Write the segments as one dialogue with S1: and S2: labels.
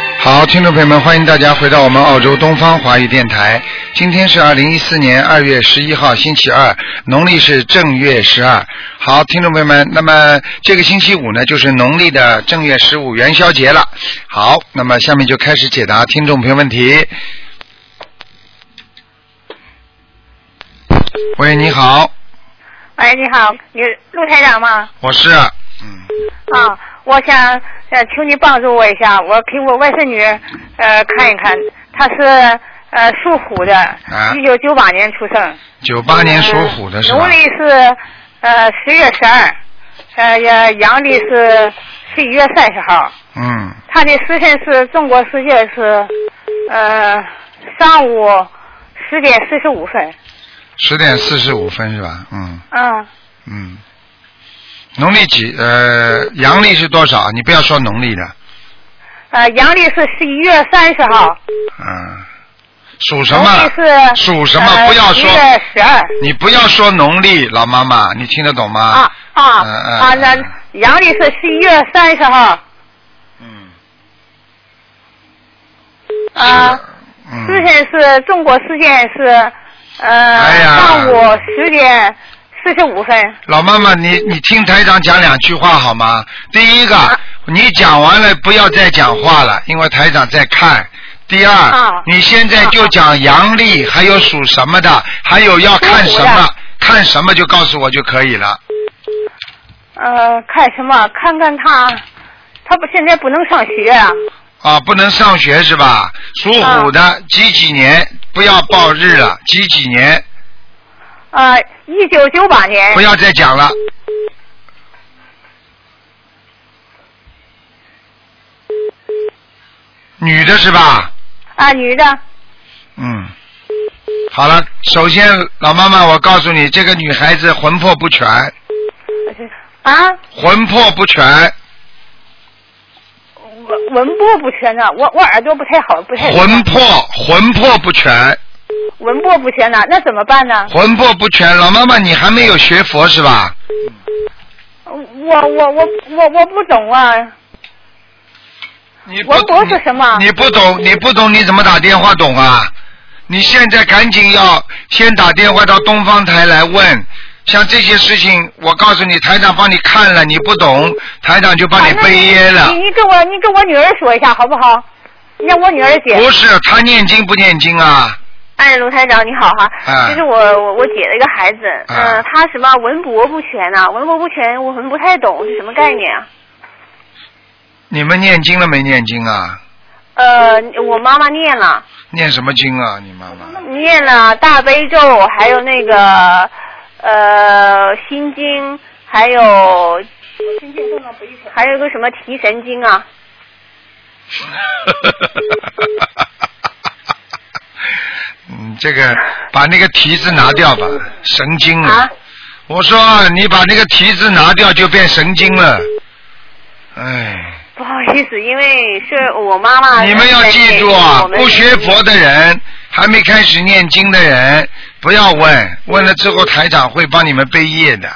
S1: 众朋友们，欢迎大家回到我们澳洲东方华语电台。今天是二零一四年二月十一号，星期二，农历是正月十二。好，听众朋友们，那么这个星期五呢，就是农历的正月十五元宵节了。好，那么下面就开始解答听众朋友问题。喂，你好，
S2: 喂，你好，你是陆台长吗？
S1: 我是嗯
S2: 啊，我想呃，求你帮助我一下，我给我外孙女呃看一看，她是呃属虎的，
S1: 啊
S2: 一九九八年出生，
S1: 九八年属虎的是吧
S2: 农？历是呃十月十二，呃也阳历是十一月三十号，
S1: 嗯，
S2: 她的时辰是中国时间是呃上午十点四十五分，
S1: 十点四十五分是吧？嗯
S2: 嗯，
S1: 嗯。农历几？呃，阳历是多少？你不要说农历的，
S2: 呃阳历是十一月三十号，
S1: 嗯，属什
S2: 农历
S1: 么？
S2: 是
S1: 属什么
S2: 呃
S1: 不要说
S2: 十月十二。
S1: 你不要说农历，老妈妈，你听得懂吗？
S2: 啊啊
S1: 嗯嗯
S2: 啊！那
S1: 嗯
S2: 阳历是十一月三十号，
S1: 嗯。
S2: 啊，
S1: 嗯。
S2: 时辰是中国时间是呃、
S1: 哎呀
S2: 上午十点四十五分。
S1: 老妈妈，你你听台长讲两句话好吗？第一个，
S2: 啊
S1: 你讲完了不要再讲话了，因为台长在看。第二，
S2: 啊
S1: 你现在就讲阳历，还有属什么的，还有要看什
S2: 属虎
S1: 么
S2: 的，
S1: 看什么就告诉我就可以了。
S2: 呃，看什么？看看他，他不现在不能上学啊。
S1: 啊，不能上学是吧？属虎的、
S2: 啊
S1: 几几年？不要报日了，几几年？
S2: 啊，一九九八年
S1: 不要再讲了。女的是吧？
S2: 啊，女的
S1: 嗯，好了，首先老妈妈，我告诉你，这个女孩子魂魄不全，
S2: 啊，
S1: 魂魄不全，
S2: 文文波不全呢，我我耳朵不太好，不太啊
S1: 魂魄魂魄不全，
S2: 文波不全呢，啊那怎么办呢？
S1: 魂魄不全。老妈妈，你还没有学佛是吧？
S2: 我我我我我不懂啊。
S1: 你不
S2: 文博是什么
S1: 你不懂，你不懂，你怎么打电话懂啊？你现在赶紧要先打电话到东方台来问，像这些事情，我告诉你，台长帮你看了，你不懂，台长就帮你
S2: 啊那
S1: 背耶了。
S2: 你你跟我你跟我女儿说一下好不好？你让我女儿解。
S1: 不是他念经不念经啊？
S3: 哎，卢台长你好哈，
S1: 啊
S3: 就是我我我姐的一个孩子，嗯、
S1: 啊
S3: 他什么文博不全呐、文博不全我们不太懂是什么概念啊？
S1: 你们念经了没念经啊？
S3: 呃，我妈妈念了，
S1: 念什么经啊？你妈妈？
S3: 念了大悲咒，还有那个呃心经，还有还有一个什么提神经啊？
S1: 嗯，这个把那个题字拿掉吧，神经了。
S3: 啊
S1: 我说啊你把那个题字拿掉就变神经了，哎，
S3: 不好意思，因为是我妈妈在。
S1: 你们要记住
S3: 在
S1: 啊
S3: 我，们
S1: 不学佛的人，还没开始念经的人，不要问，问了之后台长会帮你们背业的，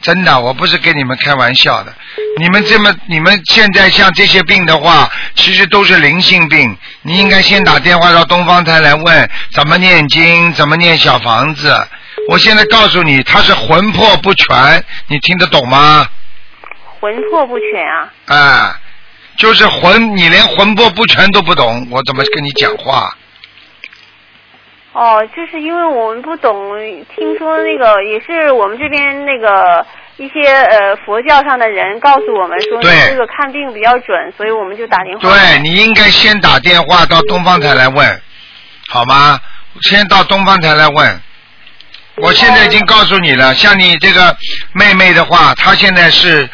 S1: 真的，我不是跟你们开玩笑的。你们这么，你们现在像这些病的话，其实都是灵性病，你应该先打电话到东方台来问怎么念经，怎么念小房子。我现在告诉你，他是魂魄不全，你听得懂吗？
S3: 魂魄不全啊。
S1: 啊，就是魂，你连魂魄不全都不懂，我怎么跟你讲话？
S3: 哦，就是因为我们不懂，听说那个也是我们这边那个一些呃佛教上的人告诉我们说
S1: 对
S3: 这个看病比较准，所以我们就打电话。
S1: 对你应该先打电话到东方台来问，好吗？先到东方台来问。我现在已经告诉你了，像你这个妹妹的话，她现在是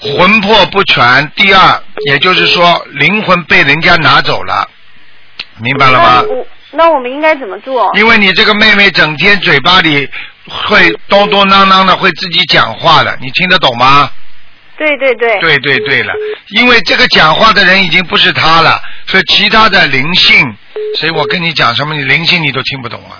S1: 魂魄不全，第二，也就是说灵魂被人家拿走了，明白了吗？
S3: 那我那我们应该怎么做？
S1: 因为你这个妹妹整天嘴巴里会咚咚囔囔的，会自己讲话的，你听得懂吗？
S3: 对对对。
S1: 对对对了，因为这个讲话的人已经不是她了，所以其他的灵性，所以我跟你讲什么，你灵性你都听不懂啊。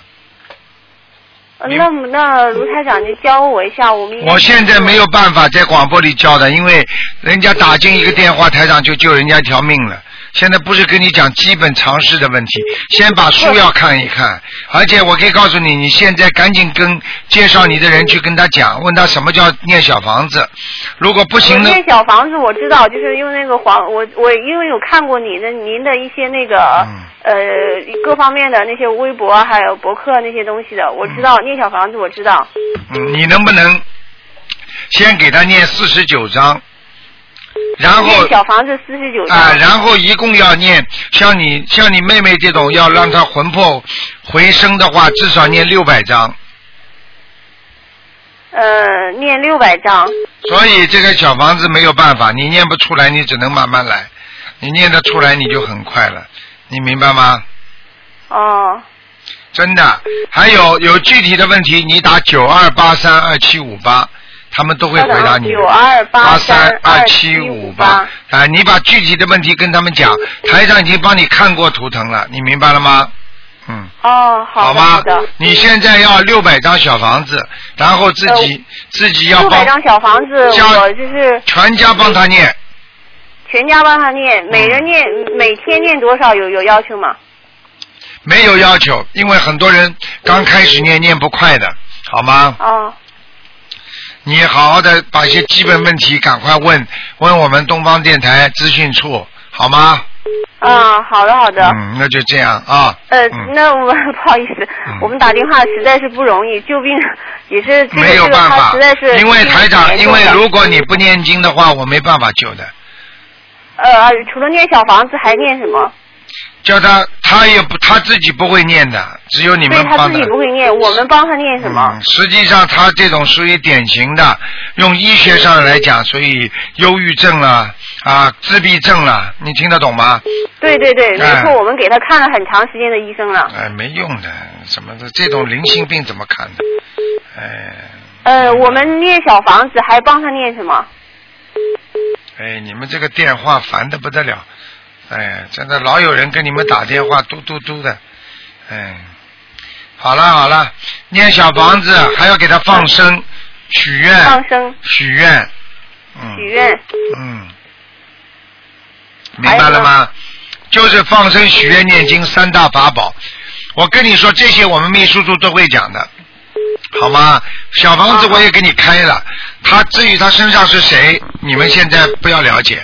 S2: 呃
S1: 你
S2: 那么那卢台长，你教我一下，我们应该
S1: 我现在没有办法在广播里教的，因为人家打进一个电话，台长就救人家一条命了。现在不是跟你讲基本常识的问题，先把书要看一看，而且我可以告诉你，你现在赶紧跟介绍你的人去跟他讲，问他什么叫念小房子。如果不行
S2: 我
S1: 呢，
S2: 念小房子我知道，就是用那个黄，我我因为有看过你的您的一些那个、
S1: 嗯
S2: 呃各方面的那些微博啊还有博客那些东西的，我知道、念小房子我知道。
S1: 嗯你能不能先给他念四十九章，然后
S2: 念小房子四十九章。
S1: 啊，然后一共要念，像你像你妹妹这种要让她魂魄回升的话，至少念六百章。
S2: 呃，念六百章。
S1: 所以这个小房子没有办法，你念不出来，你只能慢慢来。你念得出来，你就很快了，你明白吗？
S2: 哦，
S1: 真的。还有有具体的问题，你打九二八三二七五八，他们都会回答你的。
S2: 九二
S1: 八
S2: 三
S1: 二
S2: 七
S1: 五
S2: 八。
S1: 啊，你把具体的问题跟他们讲，台上已经帮你看过图腾了，你明白了吗？嗯。
S2: 哦，好的
S1: 吗
S2: 好的。？嗯
S1: 你现在要六百张小房子，然后自己、自己要
S2: 呃六百张
S1: 帮
S2: 小房子，
S1: 家
S2: 我就是
S1: 全家帮他念，
S2: 全家帮他念，每
S1: 嗯
S2: 人念每天念多少有有要求吗？
S1: 没有要求，因为很多人刚开始
S2: 嗯
S1: 念念不快的，好吗？
S2: 哦，
S1: 你好好的把一些基本问题赶快问问我们东方电台资讯处，好吗？
S2: 嗯，好的好的。
S1: 嗯，那就这样啊。
S2: 呃，
S1: 嗯
S2: 那我们 不好意思，
S1: 嗯
S2: 我们打电话实在是不容易，救病也是这个
S1: 没有
S2: 这个
S1: 办
S2: 他
S1: 法
S2: 实在，是
S1: 因为台长，因
S2: 挺严重的
S1: 为如果你不念经的话，我没办法救的。
S2: 呃除了念小房子还念什么？
S1: 叫他，他也不他自己不会念的，只有你
S2: 对
S1: 们
S2: 他
S1: 帮
S2: 自己
S1: 他
S2: 不会念，我们帮他念什么？
S1: 嗯？实际上，他这种属于典型的，用医学上来
S2: 嗯
S1: 讲，属于忧郁症了啊，自闭症了，你听得懂吗？
S2: 对对对，没
S1: 哎
S2: 错，我们给他看了很长时间的医生了。
S1: 哎，没用的，什么的，这种灵性病怎么看的？哎，
S2: 呃，我们念小房子还帮他念什么？
S1: 哎，你们这个电话烦的不得了，哎，真的老有人跟你们打电话，嘟嘟嘟的，哎，好了好了，念小房子还要给他放生、许
S2: 放
S1: 愿、
S2: 生、
S1: 许愿，嗯，
S2: 许愿。
S1: 嗯，明白了吗？就是放生、许愿、念经三大法宝。我跟你说，这些我们秘书处都会讲的，好吗？小房子我也给你开了，他至于他身上是谁，你们现在不要了解。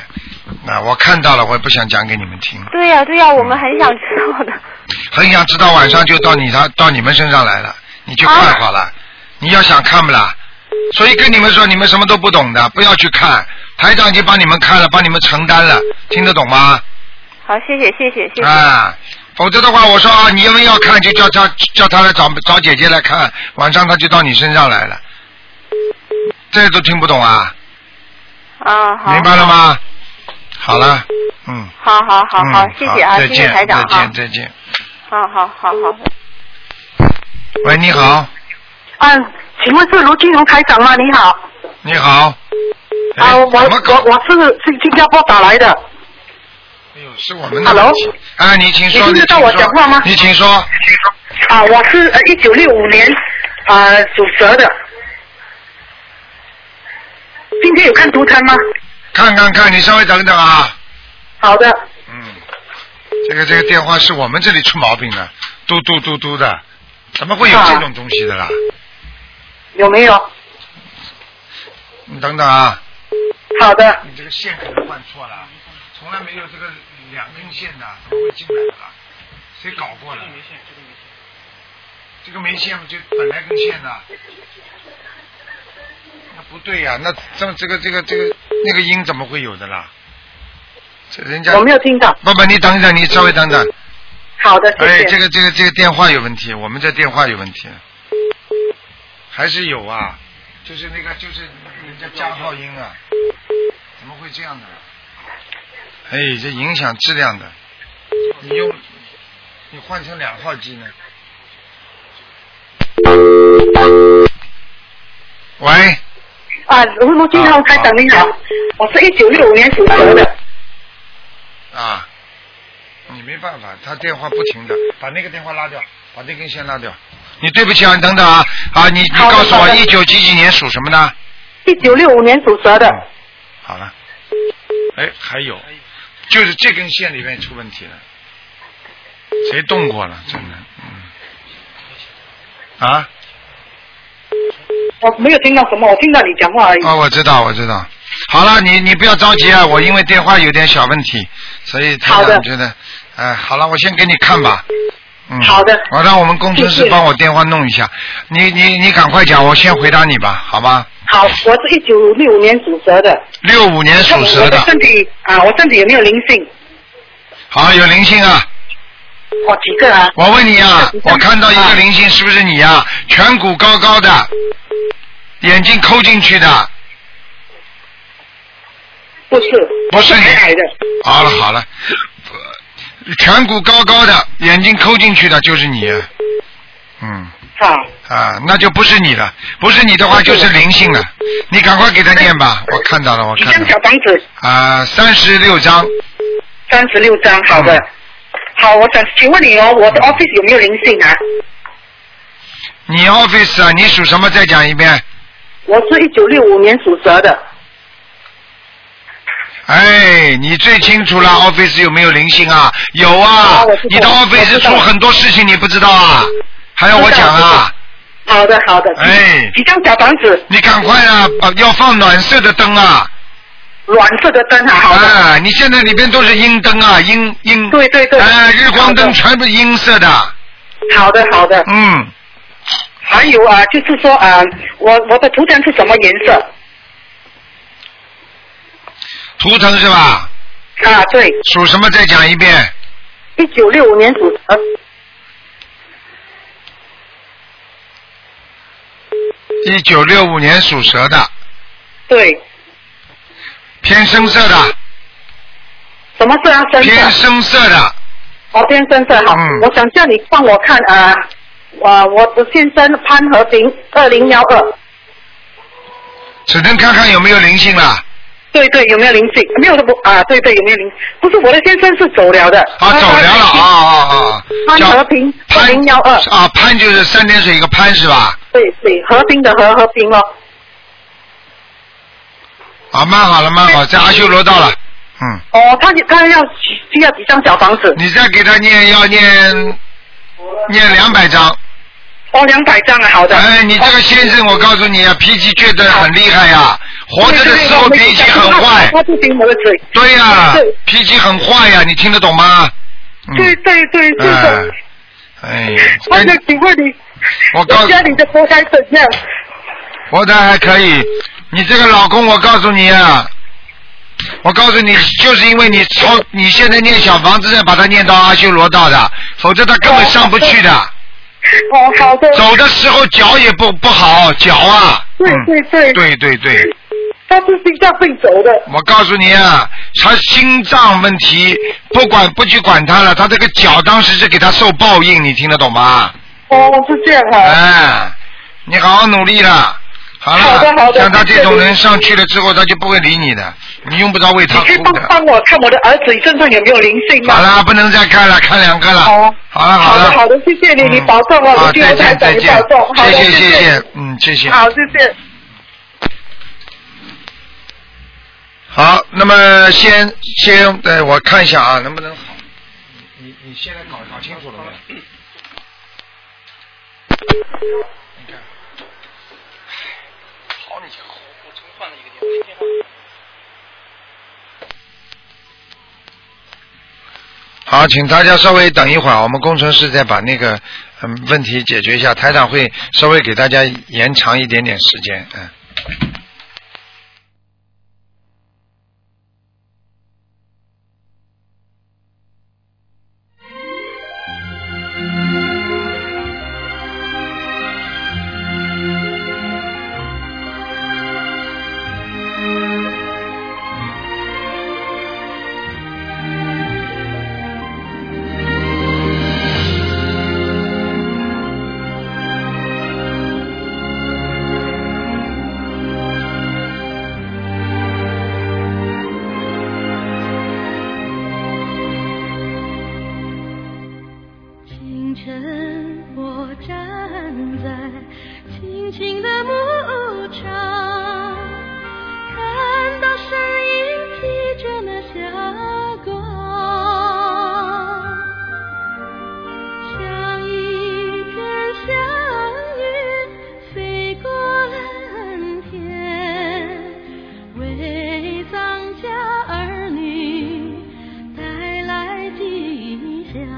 S1: 那我看到了，我也不想讲给你们听，
S2: 对呀、对呀、我们很想知道的。
S1: 很想知道晚上就到你
S2: 啊
S1: 他到你们身上来了，你去看好了。你要想看不啦？所以跟你们说，你们什么都不懂的，不要去看。台长已经帮你们看了，帮你们承担了，听得懂吗？
S2: 好，谢谢谢谢谢谢。
S1: 啊，否则的话，我说啊，你们要看就叫他叫他来找找姐姐来看，晚上他就到你身上来了，这都听不懂啊，
S2: 啊，好。
S1: 明白了吗？好了，嗯，
S2: 好好好
S1: 嗯
S2: 好，谢谢啊，
S1: 再
S2: 谢谢
S1: 见，
S2: 台长
S1: 再
S2: 啊
S1: 见，，再见。
S2: 好好好好。
S1: 喂，你好，
S3: 嗯，请问是卢金荣台长吗？你好，
S1: 你好。哎
S3: 啊，我我
S1: 怎么搞？
S3: 我是是新加坡打来的，
S1: 哎呦，是我们的
S3: 嗯 Hello？
S1: 问题。啊，你请说。
S3: 你听得到
S1: 请
S3: 我
S1: 说
S3: 讲话吗
S1: 你请说。
S3: 啊，我是呃一九六五年啊属蛇的，今天有看图腾吗？
S1: 看看看，你稍微等等啊。
S3: 好的，
S1: 嗯，这个这个电话是我们这里出毛病了，嘟嘟嘟嘟的，怎么会有
S3: 啊
S1: 这种东西的啦？
S3: 有没有？
S1: 你等等啊，
S3: 好的，
S1: 你这个线可能换错了，从来没有这个两根线的，怎么会进来的啦？谁搞过了？这个没线嘛，就本来根线的。那不对呀、那这么这个这个这个那个音怎么会有的啦？这人家
S3: 我没有听到。
S1: 爸爸，你等一等，你稍微等等。
S3: 好的，谢
S1: 哎，
S3: 谢。
S1: 这个这个这个电话有问题，我们这电话有问题，还是有啊，就是那个就是人家加号音啊，怎么会这样呢？哎，这影响质量的，你用你换成两号机呢？喂，
S3: 啊，卢卢金荣台长你好，我是一九六五年属蛇的，
S1: 啊，你没办法，他电话不停的，把那个电话拉掉，把那根线拉掉，你对不起啊，你等等啊啊，你你
S3: 好的
S1: 告诉
S3: 好
S1: 我
S3: 的
S1: 一九几几年属什么的？
S3: 一九六五年属
S1: 哦
S3: 蛇的，
S1: 好了，哎，还有，就是这根线里面出问题了，谁动过了？真的，嗯，啊，
S3: 我没有听到什么，我听到你讲话而已。
S1: 哦，我知道，我知道。好了，你你不要着急啊，我因为电话有点小问题，所以台
S3: 嗯好的
S1: 长觉得，哎，好了，我先给你看吧。嗯，
S3: 好的
S1: 我让我们工程
S3: 谢
S1: 师
S3: 谢
S1: 帮我电话弄一下。你你你赶快讲，我先回答你吧，好吧？
S3: 好，我是一九六五年属蛇的，
S1: 六五年属蛇
S3: 我的
S1: 的，
S3: 身体啊，我身体有没有灵性？
S1: 好有灵性啊！
S3: 我几个啊？
S1: 我问你啊，
S3: 你看
S1: 我看到一个
S3: 啊
S1: 灵性，是不是你啊？颧骨高高的，眼睛抠进去的，
S3: 不是，
S1: 不是你
S3: 矮矮的，
S1: 好了好了，颧骨高高的，眼睛抠进去的，就是你。啊嗯
S3: 啊，
S1: 啊，那就不是你了，不是你的话就是灵性了。你赶快给他念
S3: 哎
S1: 吧，我看到了，我
S3: 几
S1: 看
S3: 张
S1: 到
S3: 小
S1: 了
S3: 房子，
S1: 啊，三十六章
S3: 三十六张，好的。
S1: 嗯
S3: 好，我想请问你哦，我的 office 有没有灵性啊？
S1: 你 office 啊，你属什么？再讲一遍。
S3: 我是一九六五年属蛇的，
S1: 哎，你最清楚了，office 有没有灵性啊？有啊
S3: 啊我知道，
S1: 你的
S3: 我知
S1: office
S3: 道
S1: 出很多事情，你不知道啊？还要我讲
S3: 知道知
S1: 啊
S3: 道？好的好的。
S1: 哎
S3: 几张小房子，
S1: 你赶快啊，把要放暖色的灯啊！
S3: 软色的灯啊，好的。
S1: 啊，你现在里边都是阴灯啊，阴阴。
S3: 对对对。
S1: 哎，日光灯
S3: 好的
S1: 全部阴色的。
S3: 好的好的。
S1: 嗯，
S3: 还有啊，就是说啊，我我的图腾是什么颜色？
S1: 图腾是吧？
S3: 啊，对，
S1: 属什么？再讲一遍。
S3: 一九六五年属蛇，
S1: 一九六五年属蛇的，
S3: 对，
S1: 偏深色的，
S3: 什么色啊？深
S1: 偏
S3: 色，
S1: 深色的。
S3: 哦，偏深色好。
S1: 嗯
S3: 我想叫你帮我看啊，我我的先生潘和平，二零幺二，
S1: 只能看看有没有灵性了。
S3: 对对，有没有灵性？没有的不啊，对对，有没有灵？不是我的先生是走了的。
S1: 啊，走了了啊啊啊！
S3: 潘
S1: 叫
S3: 和平
S1: 潘
S3: 2012
S1: 啊，潘就是三点水一个潘是吧？
S3: 对对，和平的和和平哦，
S1: 啊，蛮好了，蛮好，在阿修罗道了。嗯，
S3: 哦，他他要需需要几张小房子？
S1: 你再给他念，要念念两百章。
S3: 哦，两百张啊，好的。
S1: 哎，你这个先生，我告诉你啊，脾气倔得很厉害呀、活着的时候脾气很坏。
S3: 他不听我的嘴。
S1: 对呀、
S3: 对
S1: 脾气很坏呀、你听得懂吗？
S3: 对
S1: 嗯，
S3: 对对对
S1: 哎
S3: 对。，
S1: 哎，
S3: 我
S1: 跟
S3: 想请问你，
S1: 我告
S3: 家里的佛台怎样？
S1: 活的还可以。你这个老公，我告诉你啊，我告诉你，就是因为你超，你现在念小房子，再把他念到阿修罗道的，否则他根本上不去的。
S3: 哦，好的，
S1: 走的时候脚也不不好，脚啊。
S3: 对
S1: 嗯
S3: 对对
S1: 对对对，
S3: 他是心脏病走的。
S1: 我告诉你啊，他心脏问题，不管不去管他了，他这个脚当时是给他受报应，你听得懂吗？
S3: 哦，是这样啊。
S1: 哎，你好好努力了。好了，
S3: 好的好的
S1: 像他这种
S3: 谢谢
S1: 人
S3: 你
S1: 上去了之后，他就不会理你的，你用不着为
S3: 你
S1: 他
S3: 可以
S1: 哭
S3: 帮
S1: 的。
S3: 帮我看我的儿子身上有没有灵性吗？
S1: 好了，不能再看了，看两个了。
S3: 好
S1: 好了
S3: 好
S1: 了
S3: 的好的谢谢你
S1: 嗯
S3: 你保重啊
S1: 好，
S3: 我一定
S1: 再
S3: 会
S1: 见
S3: 带
S1: 再
S3: 你
S1: 见
S3: 保重，好
S1: 谢
S3: 的
S1: 谢
S3: 谢
S1: 谢
S3: 谢
S1: 谢，嗯谢谢。
S3: 好，谢谢。
S1: 好，那么先先呃，我看一下啊，能不能好？你你现在搞搞清楚了没有？你看，好你好，我重换了一个电话。好，请大家稍微等一会儿，我们工程师再把那个嗯问题解决一下，台长会稍微给大家延长一点点时间，嗯。
S4: 我站在青青的牧场，看到身影披着那霞光，像一片祥云飞过蓝天，为藏家儿女带来吉祥。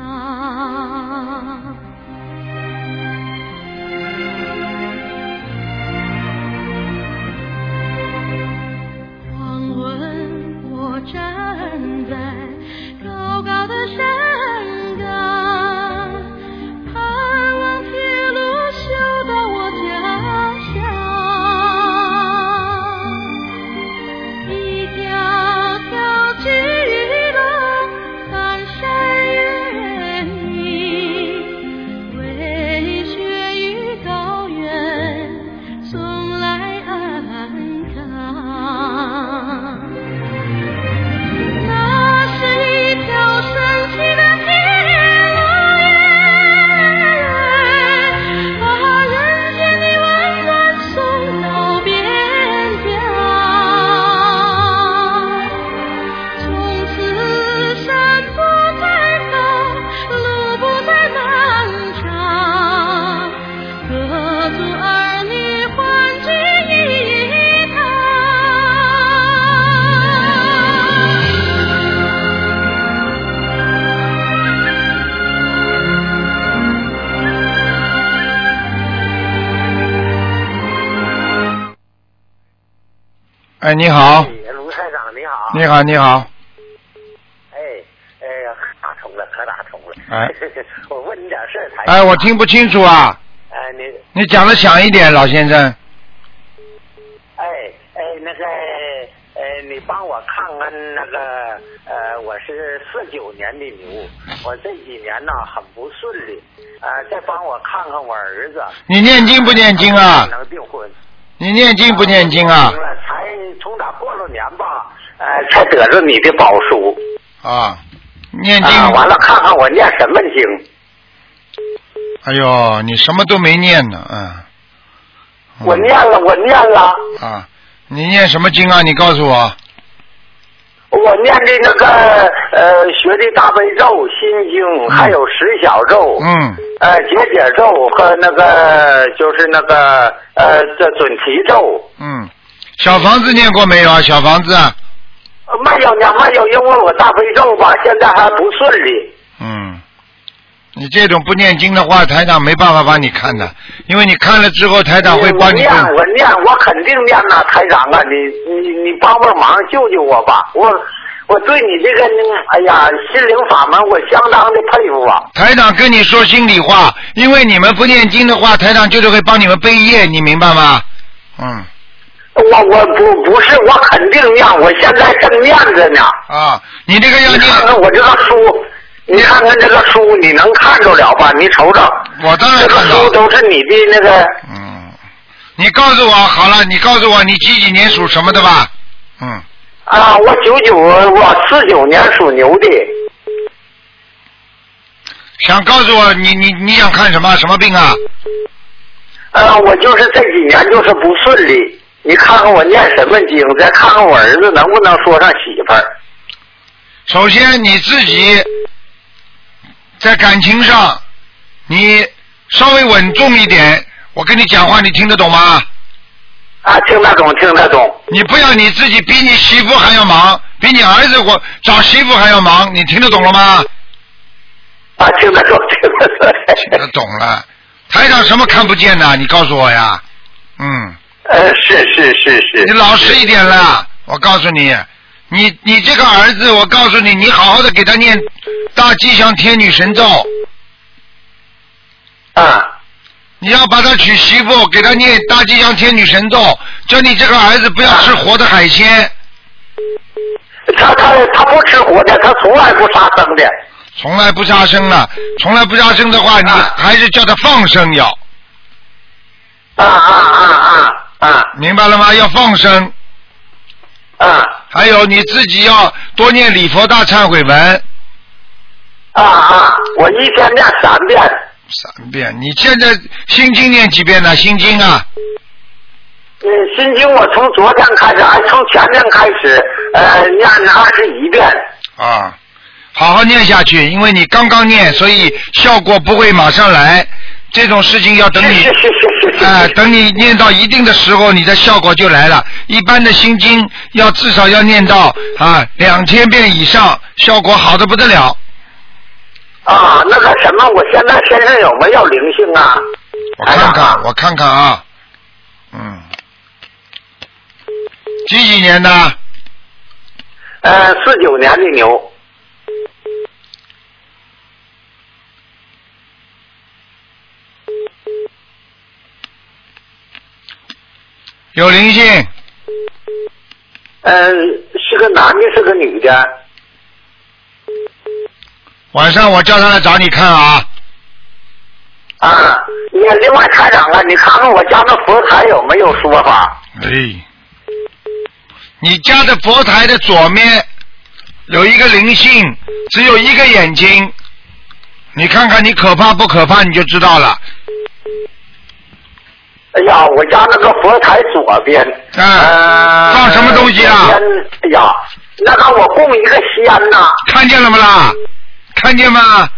S4: 黄昏，我站在高高的山岗，盼望铁路修到我家乡。一条条巨龙翻山越岭，为雪域高原送来安康。那是一条神奇的铁路沿，把人间的温暖送到边疆。从此山不再高，路不再漫长，各族儿女欢聚一堂。
S1: 哎，你好，
S5: 哎卢台长你好。
S1: 你好，你好，
S5: 哎哎，可打通了，可打通了。
S1: 哎，
S5: 我问你点事儿才。
S1: 哎，我。听不清楚啊，
S5: 哎，你
S1: 你讲的响一点，老先生。
S5: 哎哎那个哎，你帮我看看那个呃，我是四九年的牛，我这几年呢很不顺利，呃，再帮我看看我儿子。哎
S1: 你念经不念经啊？
S5: 能订婚。哎
S1: 你念经不念经啊？
S5: 才从哪过了年吧，呃，才得着你的宝书。
S1: 啊，念经。
S5: 啊，完了，看看我念什么经。
S1: 哎呦，你什么都没念呢，嗯。
S5: 我念了，我念了，
S1: 啊，你念什么经啊？你告诉我。
S5: 我念的那个呃，学的大悲咒、心经，还有十小咒，
S1: 嗯，
S5: 呃，解解咒和那个就是那个呃，这准提咒。
S1: 嗯，小房子念过没有啊？小房子，
S5: 呃没有呢，没有，因为我大悲咒吧，现在还不顺利。
S1: 嗯，你这种不念经的话，台长没办法帮你看的，因为你看了之后，台长会帮你
S5: 念
S1: 看。，
S5: 我念，我肯定念呐，台长啊，你你你帮帮忙，救救我吧！我我对你这个，哎呀，心灵法门，我相当的佩服啊！
S1: 台长跟你说心里话，因为你们不念经的话，台长就是会帮你们背业，你明白吗？嗯，
S5: 我我不不是，我肯定念，我现在正念着呢。
S1: 啊，你这个要
S5: 你
S1: 念，
S5: 看看我这个书，你看看这个书，你能看着了吧？你瞅瞅，
S1: 我当然
S5: 这个
S1: 看
S5: 书
S1: 到。
S5: 都是你的那个，
S1: 嗯，你告诉我好了，你告诉我你几几年属什么的吧？嗯，
S5: 啊，我九九，我四九年属牛的，
S1: 想告诉我你你你想看什么什么病啊？
S5: 啊，我就是这几年就是不顺利。你看看我念什么经，再看看我儿子能不能说上媳妇儿。
S1: 首先你自己在感情上，你稍微稳重一点。我跟你讲话，你听得懂吗？
S5: 啊，听得懂，听得懂。
S1: 你不要你自己比你媳妇还要忙，比你儿子或找媳妇还要忙，你听得懂了吗？
S5: 啊，听得懂，听得
S1: 听得
S5: 懂。
S1: 懂了，台长什么看不见的？你告诉我呀。嗯，
S5: 呃，是是是是。
S1: 你老实一点啦，我告诉你，你你这个儿子，我告诉你，你好好的给他念大吉祥天女神咒。
S5: 啊。
S1: 你要把他娶媳妇，给他念大吉祥天女神咒，叫你这个儿子不要吃活的海鲜，
S5: 他他他不吃活的，他从来不杀生的。
S1: 从来不杀生了，从来不杀生的话，你
S5: 啊
S1: 还是叫他放生要，
S5: 啊啊啊啊啊
S1: 明白了吗？要放生，
S5: 啊
S1: 还有你自己要多念礼佛大忏悔文，
S5: 啊啊！我一天念三遍。
S1: 三遍。你现在心经念几遍呢？心经啊，
S5: 嗯，心经我从昨天开始，还从前天开始，呃，念了二十一遍。
S1: 啊，好好念下去，因为你刚刚念，所以效果不会马上来。这种事情要等你
S5: 是是是是是。
S1: 啊、等你念到一定的时候，你的效果就来了。一般的心经要至少要念到啊两千遍以上，效果好的不得了。
S5: 啊，那个什么，我现在身上有没有灵性啊？
S1: 我看
S5: 哎呀
S1: 看，我看看啊，嗯，几几年的？
S5: 呃，四九年的牛，
S1: 有灵性，
S5: 嗯、是个男的，是个女的。
S1: 晚上我叫他来找你看啊。
S5: 啊，你另外台长啊，你看看我家那佛台有没有说法？
S1: 哎，你家的佛台的左面有一个灵性，只有一个眼睛，你看看你可怕不可怕，你就知道了。
S5: 哎呀，我家那个佛台左边，
S1: 嗯
S5: 呃
S1: 放什么东西啊
S5: 左边哎呀，那个我供一个仙呐、
S1: 看见了不啦？看见吗？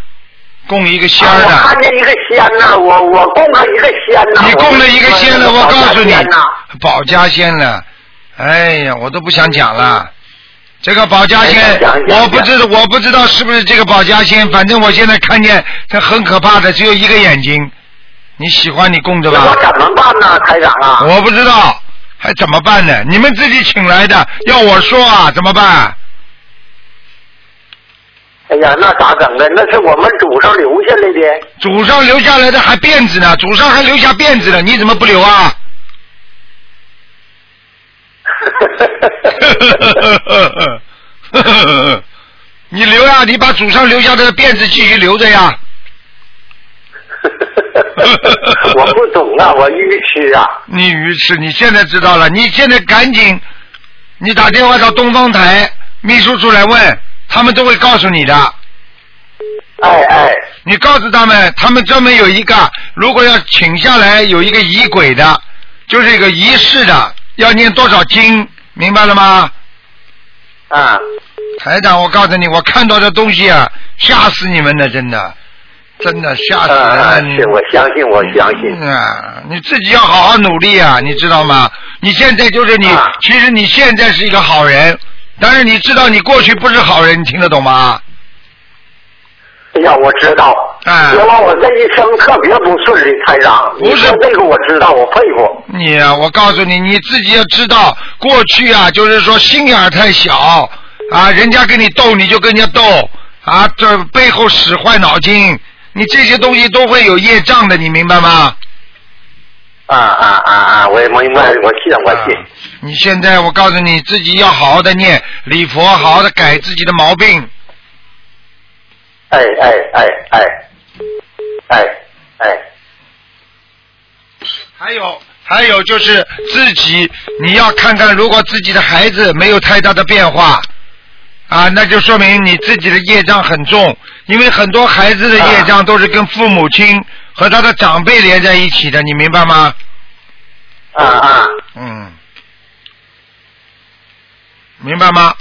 S1: 供一个仙儿
S5: 啊我
S1: 的，
S5: 看见一个仙呐、我我供了一个仙呐、
S1: 你供了一个仙了，我
S5: 我
S1: 告诉你
S5: 呐、，
S1: 保家仙了。哎呀，我都不想讲了。这个保家
S5: 哎
S1: 仙，
S5: 讲讲
S1: 我不知道，我不知道是不是这个保家仙，反正我现在看见它很可怕的，只有一个眼睛。你喜欢你供着吧？
S5: 哎
S1: 哦
S5: 我怎么办呢，台长啊？
S1: 我不知道，还怎么办呢？你们自己请来的，要我说啊，怎么办？
S5: 哎呀，那咋整的？那是我们祖上留下来 的。
S1: 祖上留下来的还辫子呢，祖上还留下辫子呢，你怎么不留啊？ 你留呀、你把祖上留下的辫子继续留着呀。
S5: 我不懂啊，我愚痴啊。
S1: 你愚痴，你现在知道了，你现在赶紧，你打电话到东方台秘书处来问，他们都会告诉你的。
S5: 哎哎，
S1: 你告诉他们，他们专门有一个，如果要请下来有一个仪轨的，就是一个仪式的，要念多少经，明白了吗？
S5: 啊，
S1: 台长，我告诉你，我看到的东西啊，吓死你们了，真的，真的吓
S5: 啊
S1: 死人了。
S5: 啊，
S1: 你
S5: 是我相信，我相信。
S1: 嗯啊，你自己要好好努力啊，你知道吗？你现在就是你，
S5: 啊
S1: 其实你现在是一个好人，但是你知道你过去不是好人，你听得懂吗？
S5: 哎呀，我知道。
S1: 啊
S5: 原来我这一生特别不顺利，台长。
S1: 不是
S5: 你说这个我知道，我佩服。
S1: 你啊，我告诉你，你自己要知道，过去啊，就是说心眼儿太小啊，人家跟你斗，你就跟人家斗啊，这背后使坏脑筋，你这些东西都会有业障的，你明白吗？
S5: 啊啊啊啊！我也明白，我信，我信。
S1: 啊你现在我告诉你，自己要好好的念礼佛，好好的改自己的毛病。
S5: 哎哎哎哎哎哎
S1: 还有还有就是自己，你要看看，如果自己的孩子没有太大的变化，啊，那就说明你自己的业障很重，因为很多孩子的业障都是跟父母亲和他的长辈连在一起的，你明白吗？
S5: 啊啊！
S1: 嗯，明白吗？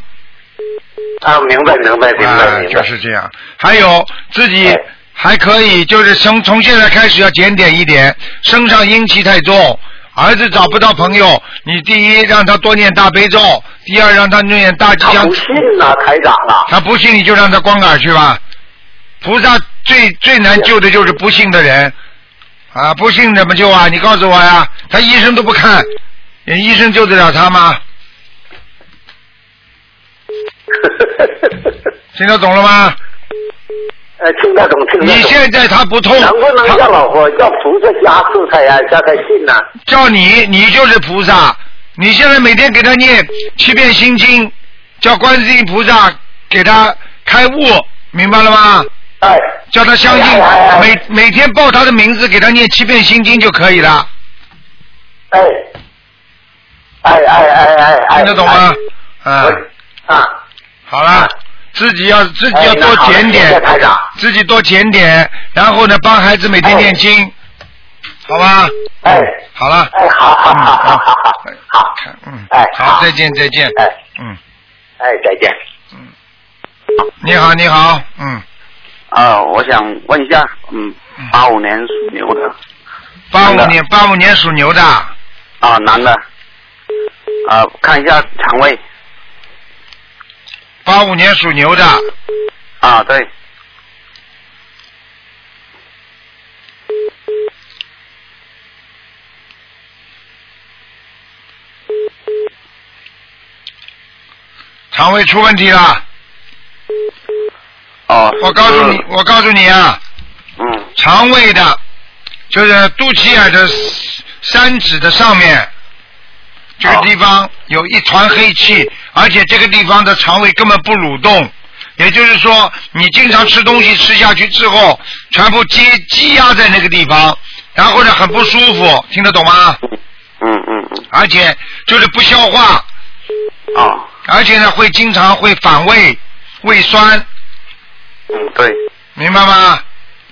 S5: 啊，明白明白明
S1: 啊
S5: 白，明
S1: 就
S5: 白。
S1: 是这样。还有自己
S5: 哎
S1: 还可以，就是从从现在开始要检点一点，身上阴气太重，儿子找不到朋友，你第一让他多念大悲咒，第二让他念大吉
S5: 他
S1: 祥
S5: 不，信呐，台长啊！
S1: 他不信你就让他光杆儿去吧。菩萨最最难救的就是不信的人，啊，不信怎么救啊？你告诉我呀，他医生都不看，医生救得了他吗？听得懂了吗？
S5: 呃，听得懂，听得懂。
S1: 你现在他不痛，
S5: 能不能
S1: 他
S5: 叫老婆叫菩萨加持他呀，叫他啊信呐、
S1: 叫你，你就是菩萨。你现在每天给他念七遍心经，叫观世音菩萨给他开悟，明白了吗？
S5: 哎，
S1: 叫他相信
S5: 哎哎哎，
S1: 每每天报他的名字，给他念七遍心经就可以了，
S5: 哎，哎哎哎哎哎，
S1: 听得懂吗？
S5: 哎
S1: 啊，
S5: 我啊，
S1: 好了，自己要自己要多检
S6: 哎那好谢谢
S1: 点
S6: 台长，
S1: 自己多检点，然后呢，帮孩子每天
S6: 哎
S1: 念经，好吧？
S6: 哎
S1: 好了，
S6: 哎，好好好好好好好，
S1: 嗯，
S6: 哎
S1: 好，
S6: 好
S1: 再见，再见，
S6: 哎
S1: 嗯，
S6: 哎，再见。
S1: 你好，你好，嗯，
S5: 啊，我想问一下，嗯，八五年属牛的
S1: 八五
S5: 好的
S1: 年八五年属牛的，
S5: 啊，男的啊，看一下肠胃
S1: 八五年属牛的，
S5: 啊，对，
S1: 肠胃出问题了。
S5: 哦，
S1: 我告诉你，我告诉你啊，
S5: 嗯，
S1: 肠胃的，就是肚脐眼的三指的上面，这个
S5: 好
S1: 地方有一团黑气，而且这个地方的肠胃根本不蠕动。也就是说，你经常吃东西吃下去之后，全部积积压在那个地方，然后呢很不舒服，听得懂吗？
S5: 嗯嗯嗯，
S1: 而且就是不消化，
S5: 哦，
S1: 而且呢会经常会反胃、胃酸，
S5: 嗯，对，
S1: 明白吗？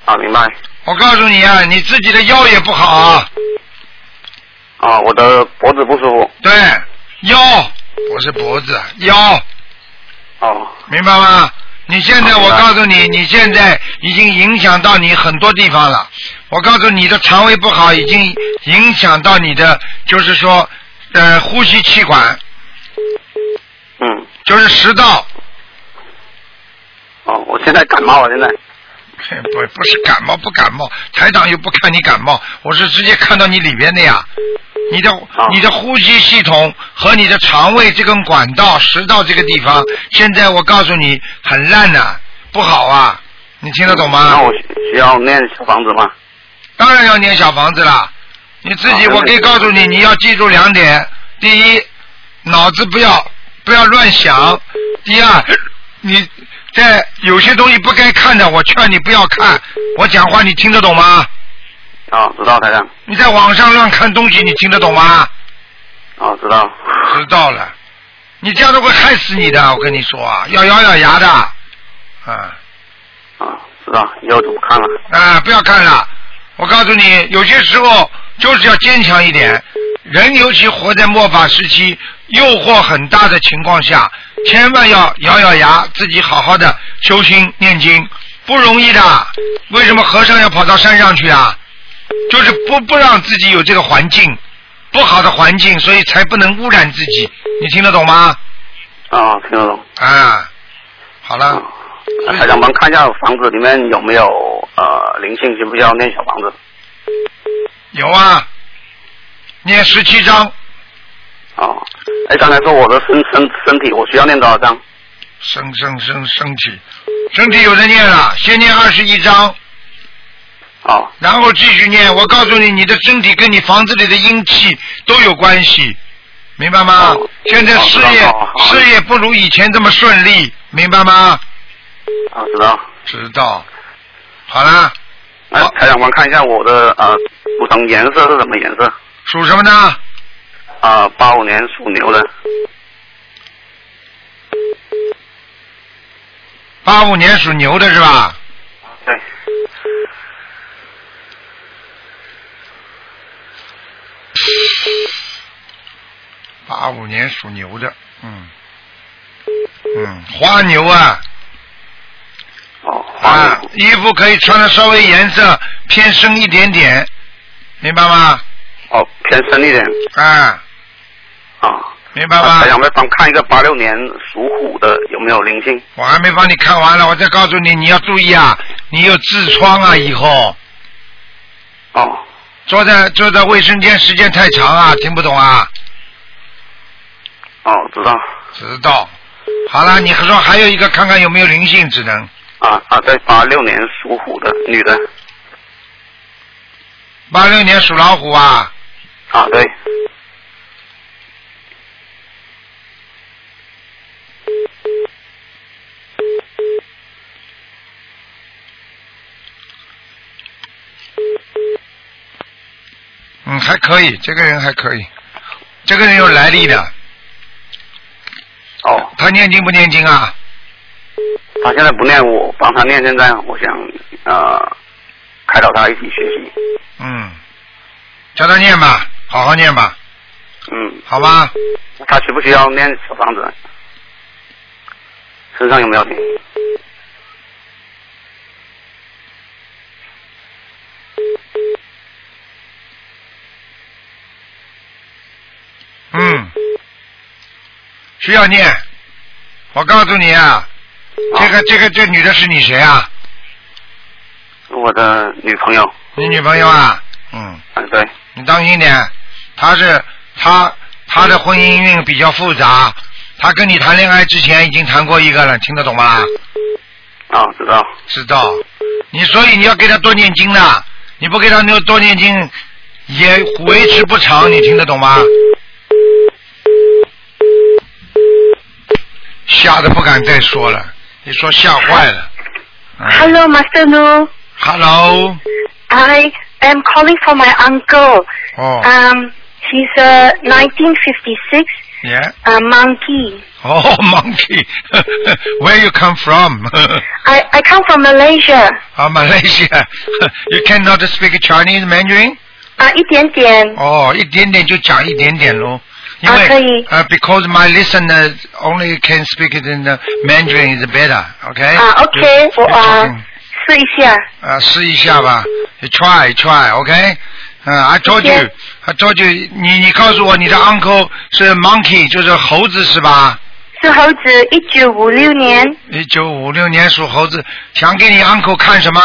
S5: 啊，明白，
S1: 我告诉你啊，你自己的腰也不好啊。
S5: 啊，我的脖子不舒服，
S1: 对，腰不是脖子，啊腰，
S5: 哦，
S1: 明白吗？你现在，
S5: 好明
S1: 我
S5: 白
S1: 告诉你，你现在已经影响到你很多地方了。我告诉你的肠胃不好，已经影响到你的，就是说，呃，呼吸气管，
S5: 嗯，
S1: 就是食道，
S5: 哦，我现在感冒了，现在，
S1: 不不是感冒不感冒，台长又不看你感冒，我是直接看到你里边的呀。你的你的呼吸系统和你的肠胃这根管道、食道这个地方，现在我告诉你很烂呐、不好啊，你听得懂
S5: 那
S1: 吗？
S5: 我需需要念小房子吗？
S1: 当然要念小房子啦。你自己，
S5: 好
S1: 我可以
S5: 没问题
S1: 告诉你，你要记住两点：第一，脑子不要不要乱想；第二，你在有些东西不该看的，我劝你不要看。我讲话你听得懂吗？
S5: 啊，知道台长，
S1: 你在网上乱看东西，你听得懂吗？
S5: 啊，知道，
S1: 知道了，你这样都会害死你的，我跟你说啊，要咬咬牙的，啊
S5: 啊，知道，以后就不看了，
S1: 啊，不要看了。我告诉你，有些时候就是要坚强一点。人尤其活在末法时期，诱惑很大的情况下，千万要咬咬牙，自己好好的修心念经，不容易的。为什么和尚要跑到山上去啊？就是不不让自己有这个环境，不好的环境，所以才不能污染自己。你听得懂吗？
S5: 啊，听得懂。
S1: 啊，好了，
S5: 啊台长帮看一下房子里面有没有呃灵性，需不需要念小房子？
S1: 有啊，念十七章，
S5: 哦，哎，刚才说我的身身身体，我需要念多少张？
S1: 生生生生体，身体有的念了，先念二十一章，
S5: 哦，
S1: 然后继续念。我告诉你，你的身体跟你房子里的阴气都有关系，明白吗
S5: 哦？
S1: 现在
S5: 哦
S1: 事
S5: 知道
S1: 业
S5: 好好好
S1: 事业不如以前这么顺利，明白吗？
S5: 啊，知道。
S1: 知道，好啦，
S5: 哎
S1: 好，
S5: 台长帮看一下我的呃图腾颜色是什么颜色？
S1: 属什么呢？
S5: 啊、8八五年属牛的。
S1: 八五年属牛的是吧？
S5: 对，
S1: 八五年属牛的，嗯，嗯，花牛啊，
S5: 哦，花
S1: 啊
S5: 牛，
S1: 衣服可以穿的稍微颜色偏深一点点，明白吗？
S5: 哦，偏深一点
S1: 啊，
S5: 啊。
S1: 明白
S5: 啊
S1: 吗
S5: 台？长再帮看一个八六年属虎的有没有灵性？
S1: 我还没帮你看完了，我再告诉你，你要注意啊，你有痔疮啊，以后
S5: 哦，
S1: 坐在坐在卫生间时间太长啊，听不懂啊，
S5: 哦，知道。
S1: 知道。好了，你说还有一个看看有没有灵性，只能
S5: 啊啊，对，八六年属虎的女的。
S1: 八六年属老虎啊，
S5: 啊，对。
S1: 嗯，还可以，这个人还可以，这个人有来历的，
S5: 哦，
S1: 他念经不念经啊？
S7: 他现在不念，我帮他念。现在我想呃，开导他一起学习。
S1: 嗯，叫他念吧，好好念吧，
S7: 嗯，
S1: 好吧？
S7: 他需不需要念小房子？身上有没有灵？
S1: 嗯，需要念。我告诉你啊，这个这个这女的是你谁啊？
S7: 哦我的女朋友，
S1: 你女朋友啊？嗯，
S7: 嗯，对，
S1: 你当心点，她是她她的婚姻运比较复杂，她跟你谈恋爱之前已经谈过一个了，听得懂吗？
S7: 啊、知道，
S1: 知道。你所以你要给她多念经的，你不给她多念经，也维持不长，你听得懂吗？吓得不敢再说了，一说吓坏了。嗯
S2: Hello, Master Nu.
S1: Hello，
S2: I am calling for my uncle.
S1: 哦，
S2: Um, he's a 1956
S1: 耶，
S2: uh, monkey.
S1: 哦，monkey，where you come from？
S2: I, I come from Malaysia.
S1: 啊，Malaysia，you cannot speak Chinese Mandarin？
S2: 啊，一点点。
S1: 哦，一点点就讲一点点喽。因
S2: 啊可以
S1: 为呃，because my listener only can speak it in the Mandarin is better. OK？
S2: 啊，OK，
S1: You-
S2: 我
S1: you
S2: 啊
S1: talking-
S2: 试一下。
S1: 啊，试一下吧，you try try OK。嗯，I told
S2: 谢谢
S1: you, I told you，你你告诉我你的 uncle 是 monkey，就是猴子是吧？
S2: 是猴子，一九五六年。
S1: 一九五六年属猴子，想给你 uncle 看什么？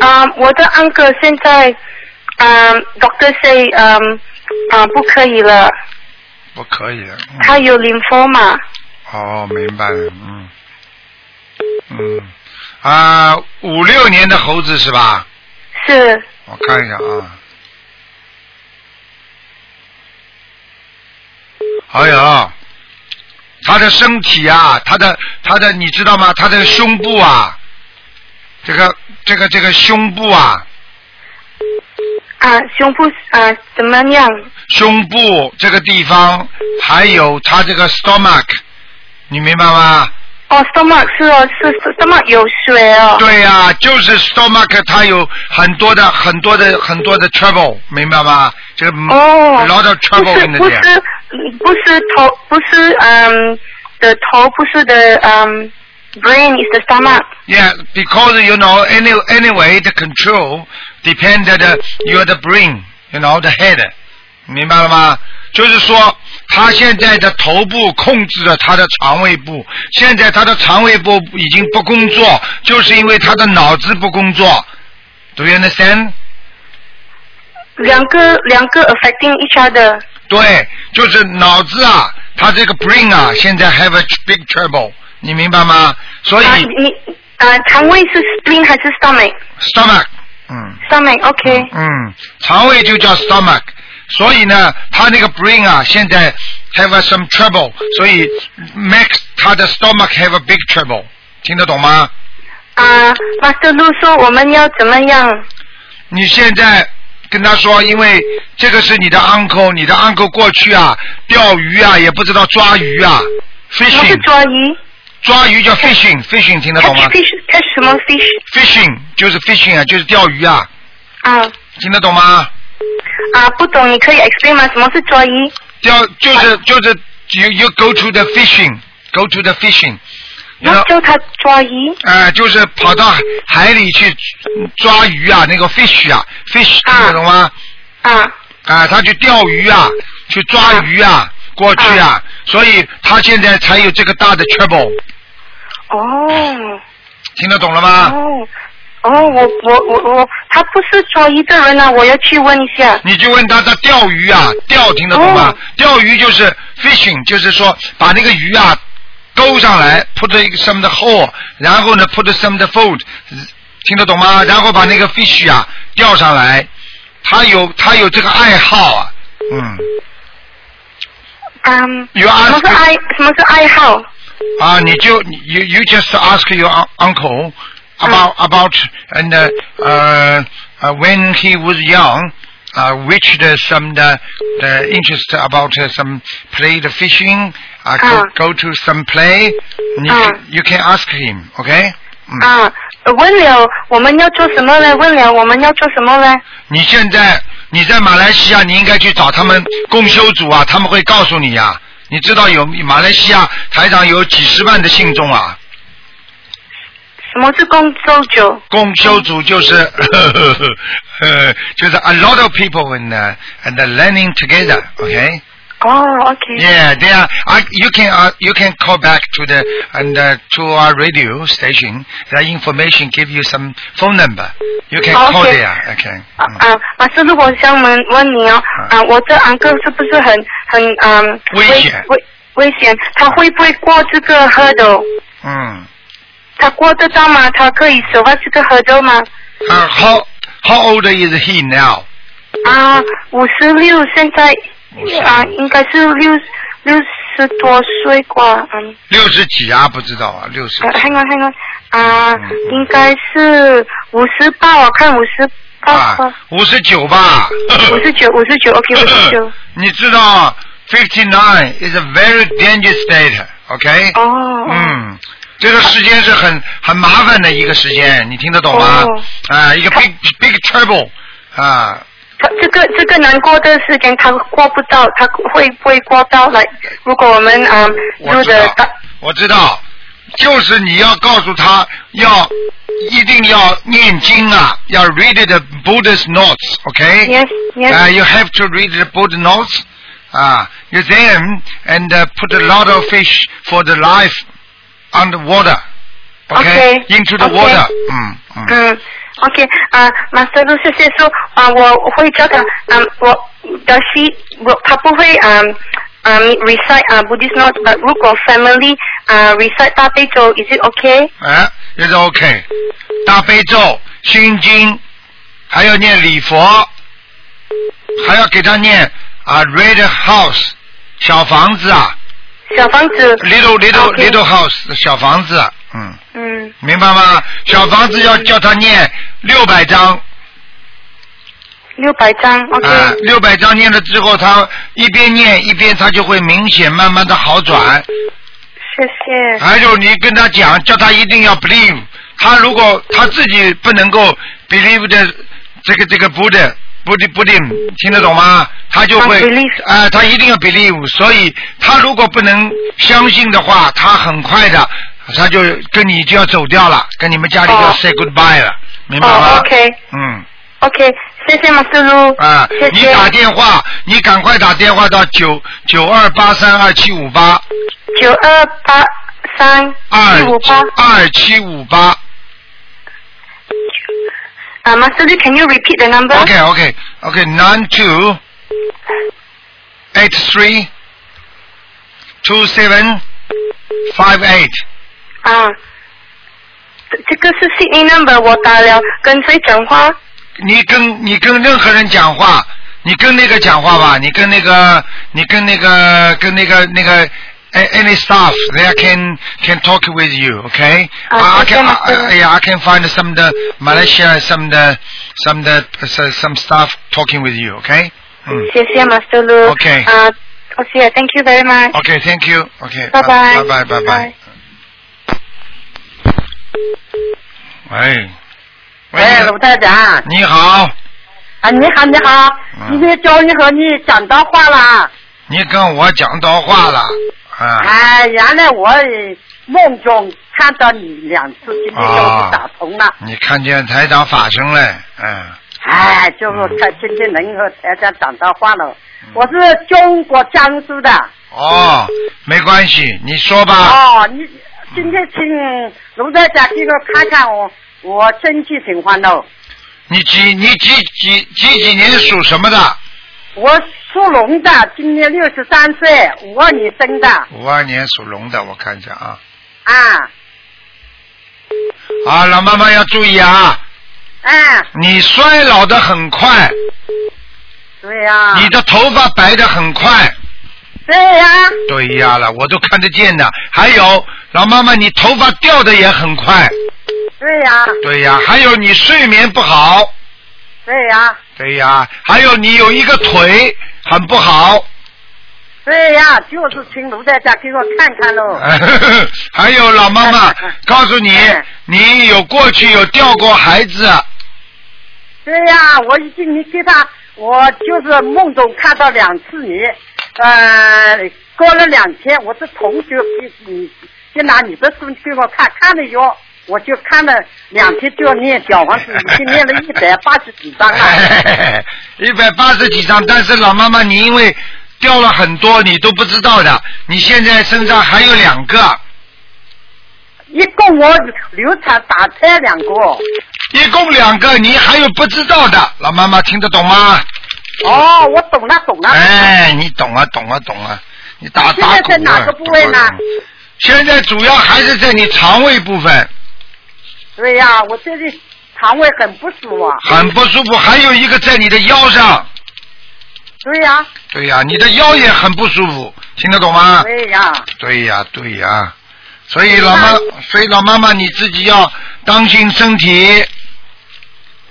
S2: 啊、我的 uncle 现在，嗯、d o c t o r say，嗯、啊、不可以了，
S1: 不可以的。嗯
S2: 他有 lymphoma。
S1: 哦，明白了，嗯，嗯，啊，五六年的猴子是吧？
S2: 是，
S1: 我看一下啊。哎呀，他的身体啊，他的他的，你知道吗？他的胸部啊，这个这个这个胸部啊，
S2: 啊、胸部啊、怎么样？
S1: 胸部这个地方，还有他这个 stomach，你明白吗？
S2: 哦，stomach 是哦，是是 stomach 有水哦。
S1: 对呀、就是 stomach 它有很多的很多的很多的 trouble，明白吗？这个
S2: 哦
S1: a lot of
S2: 不
S1: trouble
S2: 是
S1: in the
S2: 不
S1: air。
S2: 是不是头不是嗯的头不是的嗯 brain is the stomach
S1: Yeah, because you know any anyway the control depends on the, your the brain, you know the head，明白了吗？就是说，他现在的头部控制着他的肠胃部，现在他的肠胃部已经不工作，就是因为他的脑子不工作。Do you understand?
S2: 两个两个 affecting each other。
S1: 对，就是脑子啊，他这个 brain 啊，现在 have a big trouble，你明白吗？所以
S2: 啊你啊肠胃是 spleen 还是 stomach
S1: stomach，嗯
S2: stomach OK、
S1: 嗯，肠胃就叫 stomach，所以呢，他那个 brain 啊，现在 have a some trouble，所以 makes 他的 stomach have a big trouble，听得懂吗？
S2: 啊，Master Lu 说我们要怎么样？
S1: 你现在跟他说，因为这个是你的 uncle，你的 uncle 过去啊，钓鱼啊，也不知道抓鱼啊
S2: 什么是
S1: ，fishing，
S2: 抓鱼
S1: 抓鱼叫 fishing，fishing 听得懂吗嗯
S2: ？catch？fish catch 什么 fish
S1: fishing 就是 fishing 啊，就是钓鱼啊，
S2: 啊
S1: 听得懂吗？
S2: 啊不懂，你可以 explain 吗？什么是抓鱼？
S1: 钓就是就是 you you go to the fishing，go to the fishing，然
S2: 要
S1: 后
S2: 叫他抓鱼
S1: 哎就是跑到海里去抓鱼啊，那个 fish 啊，fish
S2: 啊
S1: 听得懂吗？
S2: 啊
S1: 啊，他去钓鱼啊，去抓鱼啊，过去啊，所以他现在才有这个大的 trouble，
S2: 哦。
S1: 听得懂了吗？
S2: 哦，哦，我我我我，他不是抓鱼的人啊，我要去问一下。
S1: 你就问他他钓鱼啊，钓听得懂吗？
S2: 哦
S1: 钓鱼就是 fishing，就是说把那个鱼啊钩上来，put some 的 hole，然后呢 put some 的 food，听得懂吗？然后把那个 fish 啊钓上来，他有他有这个爱好啊，嗯，
S2: 嗯，
S1: You
S2: 什
S1: ask-
S2: 么是爱？什么是爱好？
S1: 啊，你就 you you just ask your un- uncle about、about
S2: Ah.
S1: and uh, uh, uh, when he was young. Uh, which the, some the, the interest about uh, some play the fishing uh, go,
S2: Ah.
S1: go to some play. You,
S2: Ah.
S1: can, you can ask him, okay? 嗯
S2: 啊，问了我们要做什么呢？问了我们要做什么呢？
S1: 你现在你在马来西亚，你应该去找他们共修组啊，他们会告诉你呀、啊你知道有马来西亚台长有几十万的信众啊，
S2: 什么是工作酒？
S1: 共修组就是 呃，就是 a lot of people in the, and the learning together. Okay.
S2: 哦，OK，
S1: Yeah, they are. I, you can uh, you can call back to the and uh, to our radio station. The information give you some phone number. You can
S2: Okay.
S1: call there. Okay.
S2: 啊
S1: 嗯
S2: 啊，老师，如果想问问你哦，
S1: 啊
S2: 啊，我这安哥是不是很很嗯
S1: 危
S2: 危
S1: 险
S2: 危危险？他会不会过这个河流？
S1: 嗯。
S2: 他过得到吗？他可以守望这个河流吗？
S1: Uh, how how old is he now?
S2: 啊，五十六，现在
S1: 56
S2: 啊，应该是六六十多岁啩，嗯，
S1: 六十几啊？不知道啊，六十
S2: 呃，
S1: 几
S2: 看看看看，啊
S1: 嗯，
S2: 应该是五十八，我看五十八
S1: 啊，五十九吧。
S2: 五十九，五十九，OK，五十 九，哦
S1: 你知道，fifty nine is a very dangerous state. OK。
S2: 哦，
S1: 嗯，这个时间是很很麻烦的一个时间，你听得懂吗
S2: 哦？
S1: 啊，一个 big big trouble 啊，
S2: 他这个这个难过的时间，他过不到，他会不会过到来？如果我们啊，
S1: 我
S2: 入
S1: 知
S2: 的
S1: 道
S2: 大，
S1: 我知道，就是你要告诉他要一定要念经啊，要 read the Buddha's notes，OK？、
S2: yes
S1: Uh,
S2: yes
S1: you have to read the Buddha notes. Uh, you then and uh, put a lot of fish for the life on the water. Okay?
S2: Okay.
S1: Into the
S2: Okay.
S1: water. Mm, mm.
S2: 嗯，OK 啊，马斯路谢谢说啊，我会教他，嗯，我的西我他不会嗯嗯 recite 啊 Buddhist notes，but 如果 family 啊 recite 大悲咒，is it OK？
S1: 哎，也是 OK。大悲咒、心经，还要念礼佛，还要给他念啊，Red House 小房子啊
S2: 小房子，
S1: ，Little Little
S2: OK
S1: Little House 小房子，嗯，
S2: 嗯
S1: 明白吗？小房子要叫他念六百章
S2: 六百张，OK
S1: 啊，六百章念了之后，他一边念一边他就会明显慢慢的好转。
S2: 谢 谢，
S1: 还有你跟他讲，叫他一定要 believe。他如果他自己不能够 believe 的这个这个 Buddha Buddha Buddha，听得懂吗？他就会
S2: 啊，believe
S1: 啊、他一定要 believe。所以他如果不能相信的话，他很快的他就跟你就要走掉了，跟你们家里就要
S2: 哦
S1: say goodbye 了，明白吗
S2: 哦，OK
S1: 嗯。
S2: OK，谢谢马斯路，
S1: 啊、
S2: 谢
S1: 你
S2: 谢
S1: 打电话，你赶快打电话到九九二八三二七五八
S2: 九二八三
S1: 二
S2: 七五八。
S1: 二七五八。
S2: Uh, Master Lee, can you repeat the number?
S1: Okay, okay, okay. Nine two eight three two seven five eight.
S2: 啊，这这个是 Sydney number，我打了，跟谁讲话？
S1: 你跟你跟任何人讲话，你跟那个讲话吧，你跟那个你跟那个跟那个那个。a- Any staff there can can talk with you, okay?
S2: Ah,
S1: I, I
S2: okay,
S1: can,
S2: Master.
S1: I, yeah, I can find some the Malaysia, some the some the some staff talking with you, okay? Hmm. 嗯
S2: 谢谢 Master Lu。
S1: Okay
S2: 啊，我谢，Thank you very much。
S1: Okay, thank you. Okay,
S2: 拜拜
S1: bye bye bye
S2: 拜
S1: bye. 喂，
S3: 喂，卢台长，
S1: 你好，
S3: 哎啊，你好，你好，
S1: 嗯啊
S3: 今天终于和你讲到话了。
S1: 你跟我讲到话了啊？
S3: 哎，原来我梦中看到你两次，今天终于打通了。
S1: 你看见台长法身了？嗯，
S3: 哎，就是他今天能和台长讲到话了。
S1: 嗯
S3: 我是中国江苏的。
S1: 哦，没关系，你说吧。
S3: 哦，你今天请卢台长给我看看我我身体情况喽。
S1: 你几你几几几几年属什么的？
S3: 我属龙的，今年六十三岁，五二年生的
S1: 五二年属龙的，我看一下啊。
S3: 啊，
S1: 啊，老妈妈要注意啊！
S3: 哎，
S1: 你衰老的很快，
S3: 对
S8: 啊
S3: 呀、
S1: 你的头发白的很快。
S3: 对呀、
S1: 对呀了，我都看得见的。还有，老妈妈，你头发掉的也很快。
S3: 对呀、
S1: 对呀，还有你睡眠不好。
S3: 对呀、
S1: 对呀，还有你有一个腿很不好。
S8: 对呀，就是请卢在家给我看看喽。
S1: 啊还有老妈妈，告诉你，你有过去有掉过孩子，
S8: 对呀，我已经你给他，我就是梦中看到两次你，呃，过了两天，我这同学给你就拿你的书给我看看了以后，我就看了两天就念小黄书，已经念了一百八十几啊章 了。
S1: 一百八十几张，但是老妈妈，你因为掉了很多，你都不知道的，你现在身上还有两个，
S8: 一共我流产打胎两个。
S1: 一共两个，你还有不知道的，老妈妈听得懂吗？
S8: 哦，我懂了懂了。
S1: 哎，你懂啊，懂啊，懂啊，你打
S8: 现
S1: 打
S8: 在
S1: 鼓
S8: 在
S1: 啊，
S8: 哪个部位呢
S1: 懂啊？懂啊现在主要还是在你肠胃部
S8: 啊
S1: 分，
S8: 对呀，我最近肠胃很不舒服。啊
S1: 很不舒服，还有一个在你的腰上。
S8: 对呀，
S1: 对呀、你的腰也很不舒服，听得懂 吗？
S8: 对呀，
S1: 对呀、对呀、所以老妈，所以老妈妈你自己要当心身体，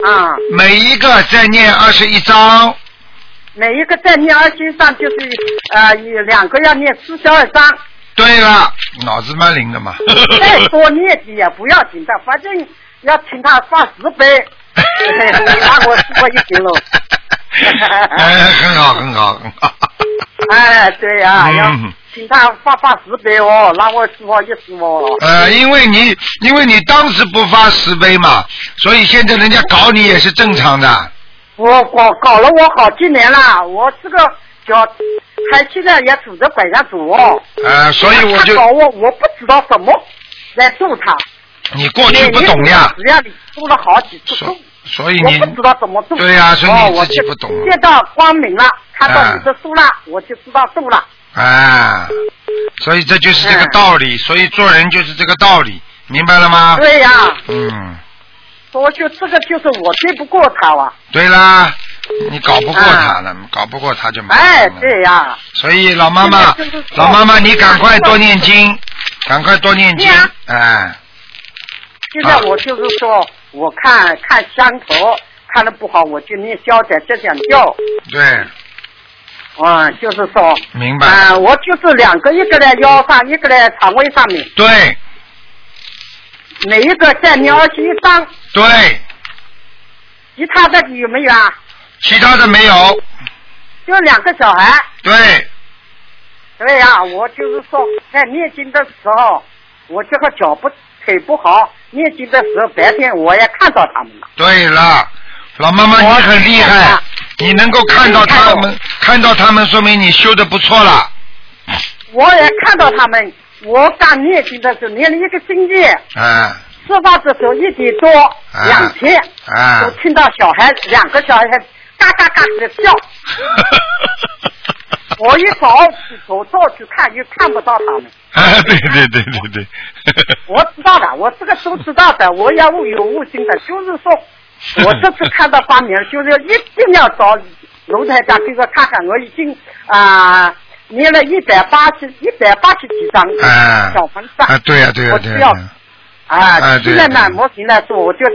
S8: 啊、
S1: 每一个再念二十一章，
S8: 每一个在念二经上就是呃，有两个要念四十二章，
S1: 对了，脑子蛮灵的 嘛。
S8: 再多念几也不要紧的，反正要请他放十杯， 那我我就行了。
S1: 哎，很好，很好，很好。
S8: 哎，对呀、要
S1: 嗯
S8: 请他放放十杯哦，那我我就死哦。
S1: 呃，因为你因为你当时不发慈悲嘛，所以现在人家搞你也是正常的。
S8: 我搞搞了我好几年了，我这个脚还现在也拄着拐杖走哦。
S1: 呃，所以我就哦
S8: 他搞我，我不知道怎么来揍他。
S1: 你过去不懂呀，
S8: 只要你揍了好几次，
S1: 所以
S8: 我
S1: 你
S8: 不知道怎么揍。
S1: 对呀所以
S8: 哦
S1: 你
S8: 我
S1: 自己
S8: 就
S1: 不懂
S8: 见到光明了，看到
S1: 啊
S8: 你的书了，我就知道揍了。
S1: 啊，所以这就是这个道理，所以做人就是这个道理，明白了吗？
S8: 哎对呀、
S1: 嗯，
S8: 我就这个就是我对不过他啊。
S1: 对啦，你搞不过他了，搞不过他就没。
S8: 哎，对呀、
S1: 所以老妈妈
S8: 现在就是，
S1: 老妈妈，你赶快多念经，赶快多念经
S8: 对啊，
S1: 哎，
S8: 现
S1: 啊
S8: 在我就是说，我看看相头看的不好，我就念消点这点药。
S1: 对，
S8: 嗯，就是说，
S1: 明白。
S8: 啊、我就是两个，一个在腰上，一个在肠胃上面，
S1: 对
S8: 每一个在尿去一张，
S1: 对，
S8: 其他的有没有啊？
S1: 其他的没有，
S8: 就两个小孩。
S1: 对，
S8: 对呀、我就是说，在念经的时候，我这个脚不腿不好，念经的时候白天我也看到他们了。
S1: 对了，老妈妈你很厉害，你能够看到他们，看到他们，说明你修的不错了。
S8: 我也看到他们，我刚念经的时候念了一个星期，
S1: 啊
S8: 吃饭的时候一点多两天，
S1: 啊
S8: 我！听到小孩两个小孩嘎嘎嘎的叫。 我一走走走去看，又看不到他们。
S1: 啊，对对对对对，
S8: 我知道的，我这个都知道的，我要有悟性的，就是说，我这次看到发明，就是一定要找卢台长给我看看，我已经啊、念了一百八十一百八十几张
S1: 啊
S8: 小房子
S1: 啊，对呀、对呀、
S8: 我
S1: 对呀、
S8: 需要
S1: 对呀啊
S8: 啊，
S1: 对
S8: 现在呢，模型来说，我就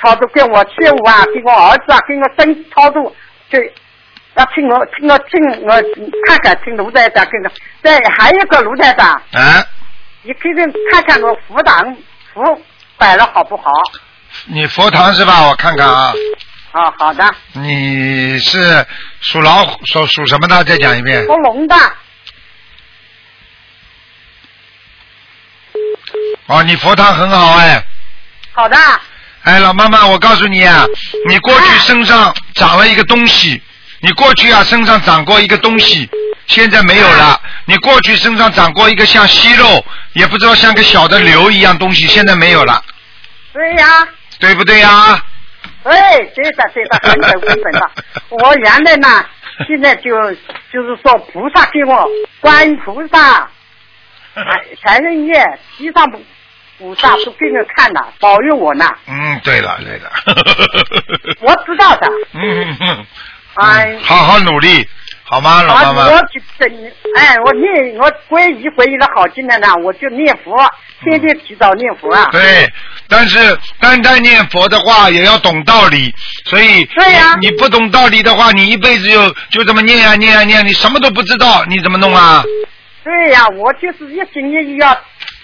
S8: 操作给我媳妇啊，给我儿子啊，给我真操作，就啊，听我听我听我看看听卢台长跟着，再还有一个卢台长。
S1: 啊，
S8: 你可以看看我佛堂佛摆了好不好？
S1: 你佛堂是吧？我看看啊，
S8: 啊，好的。
S1: 你是属老虎，属属什么的？再讲一遍。
S8: 属龙的，
S1: 哦，你佛堂很好哎。
S8: 好的。
S1: 哎，老妈妈，我告诉你啊，你过去身上长了一个东西，你过去啊身上长过一个东西，现在没有了。你过去身上长过一个像息肉，也不知道像个小的瘤一样东西，现在没有了，
S8: 对呀、
S1: 对不对呀、啊
S8: 哎，对的，对 的，很有根本的。我原来呢，现在就就是说菩萨给我，观音 菩萨、财神爷、地藏菩萨都给我看了，保佑我呢。
S1: 嗯，对了，对了。
S8: 我知道的，
S1: 嗯，嗯嗯
S8: 哎，
S1: 好好努力，好吗，老嗯妈妈？
S8: 啊我就等你，哎，我念我皈依皈依了好几年了，我就念佛，天天提早念佛啊。
S1: 对，但是单单念佛的话，也要懂道理。所以，
S8: 对呀
S1: 你你不懂道理的话，你一辈子就就这么念呀、念呀、啊念、你什么都不知道，你怎么弄啊？
S8: 对呀、我就是一心一意要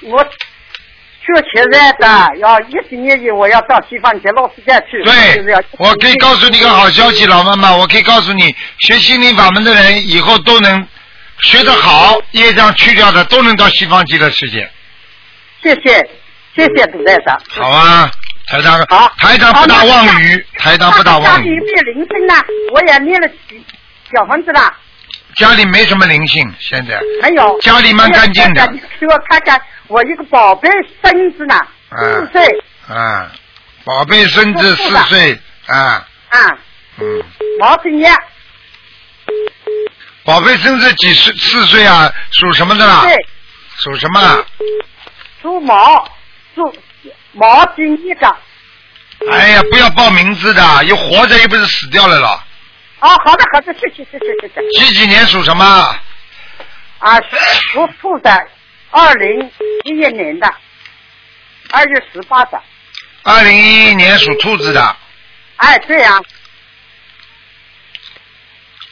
S8: 我学现在的，要一心一意我要到西方极乐世界去。就是要
S1: 对，我可以告诉你个好消息，老妈妈，我可以告诉你，学心灵法门的人以后都能学得好，
S8: 嗯
S1: 业障去掉的都能到西方极乐世界，
S8: 谢谢谢谢杜队长。
S1: 好啊，台长，台长不打妄语，台长不打
S8: 家
S1: 妄
S8: 里
S1: 语，
S8: 面铃声呢，我也念了几小房子了，
S1: 家里没什么灵性，现在，
S8: 没有。
S1: 家里蛮干净的
S8: 哎呀。给我看看我一个宝贝孙子呢，四
S1: 嗯
S8: 岁
S1: 嗯，宝贝孙子四岁，啊，
S8: 啊，
S1: 嗯，
S8: 毛主席，
S1: 宝贝孙子几岁？四岁啊，属什么的啦？
S8: 对，
S1: 属什么啊？
S8: 属毛，属毛主席的。
S1: 哎呀，不要报名字的，又活着又不是死掉了了。
S8: 哦，好的好的，谢谢谢谢谢谢。
S1: 几几年属什么？
S8: 啊，属兔的，二零一一年的，二月十八的。
S1: 二零一一年属兔子的。
S8: 哎，对呀、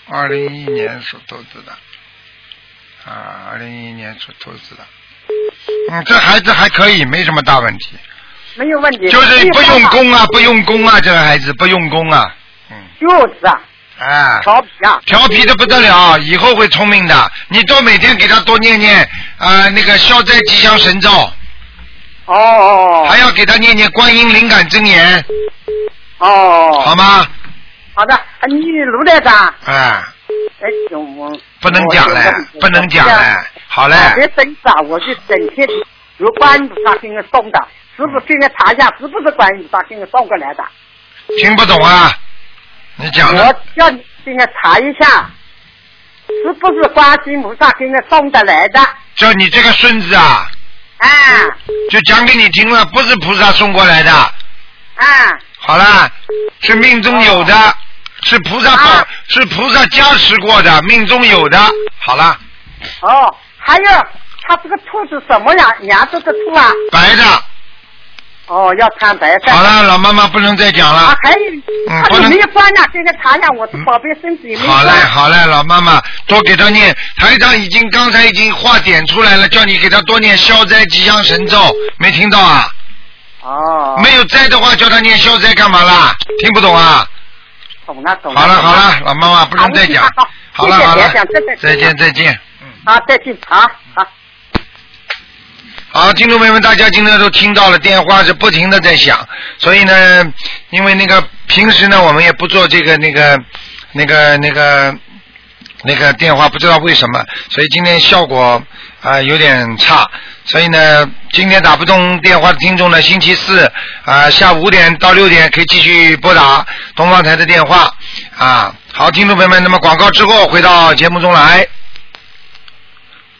S1: 二零一一年属兔子的。啊，二零一一年属兔子的。嗯，这孩子还可以，没什么大问题，
S8: 没有问题。
S1: 就是不用
S8: 功。
S1: 功啊，不用功啊，这个孩子不用功啊，
S8: 就是啊，
S1: 哎。
S8: 调皮啊。
S1: 调皮的不得了，以后会聪明的。你多每天给他多念念啊、呃那个消灾吉祥神咒，
S8: 哦哦
S1: 还要给他念念观音灵感真言，
S8: 哦哦。
S1: 好？吗？
S8: 好的，啊你卢队长，
S1: 哎，
S8: 哎，我
S1: 不能讲
S8: 哦
S1: 嘞，不能讲嘞。好嘞，
S8: 别生气啊！我是整天由观音菩萨给我送的，是不是给我查一下，是不是观音菩萨给我送过来的？
S1: 听不懂啊？你讲
S8: 我
S1: 的，
S8: 叫你给我查一下，是不是观音菩萨给我送的来的？
S1: 就你这个孙子啊，
S8: 啊
S1: 就讲给你听了，不是菩萨送过来的。
S8: 啊！
S1: 好啦，是命中有
S8: 哦
S1: 的，是菩萨
S8: 啊
S1: 保，是菩萨加持过的，命中有的。好啦，
S8: 哦，还有他这个兔子什么样颜色的兔啊？
S1: 白的。
S8: 哦，要看白色。
S1: 好了，老妈妈不能再讲了
S8: 啊。，还有，
S1: 嗯
S8: 他
S1: 不
S8: 有
S1: 能嗯
S8: 没有关呢？给他查一下我的宝贝身体有没有
S1: 好嘞，
S8: 关？
S1: 好嘞，老妈妈，多给他念。台长已经刚才已经话点出来了，叫你给他多念消灾吉祥神咒，没听到啊？
S8: 哦，
S1: 没有灾的话，叫他念消灾干嘛啦？听不懂啊？
S8: 懂了懂了。
S1: 好了好了，老妈妈不能再讲
S8: 哦好。
S1: 好
S8: 谢
S1: 了
S8: 谢
S1: 好了
S8: 别讲这个，
S1: 再见再见。
S8: 好，啊再见，啊好好。
S1: 好，听众朋友们，大家今天都听到了，电话是不停的在响，所以呢，因为那个平时呢，我们也不做这个那个那个那个那个电话，不知道为什么，所以今天效果啊、有点差，所以呢，今天打不通电话的听众呢，星期四啊、下午五点到六点可以继续拨打东方台的电话啊。好，听众朋友们，那么广告之后回到节目中来。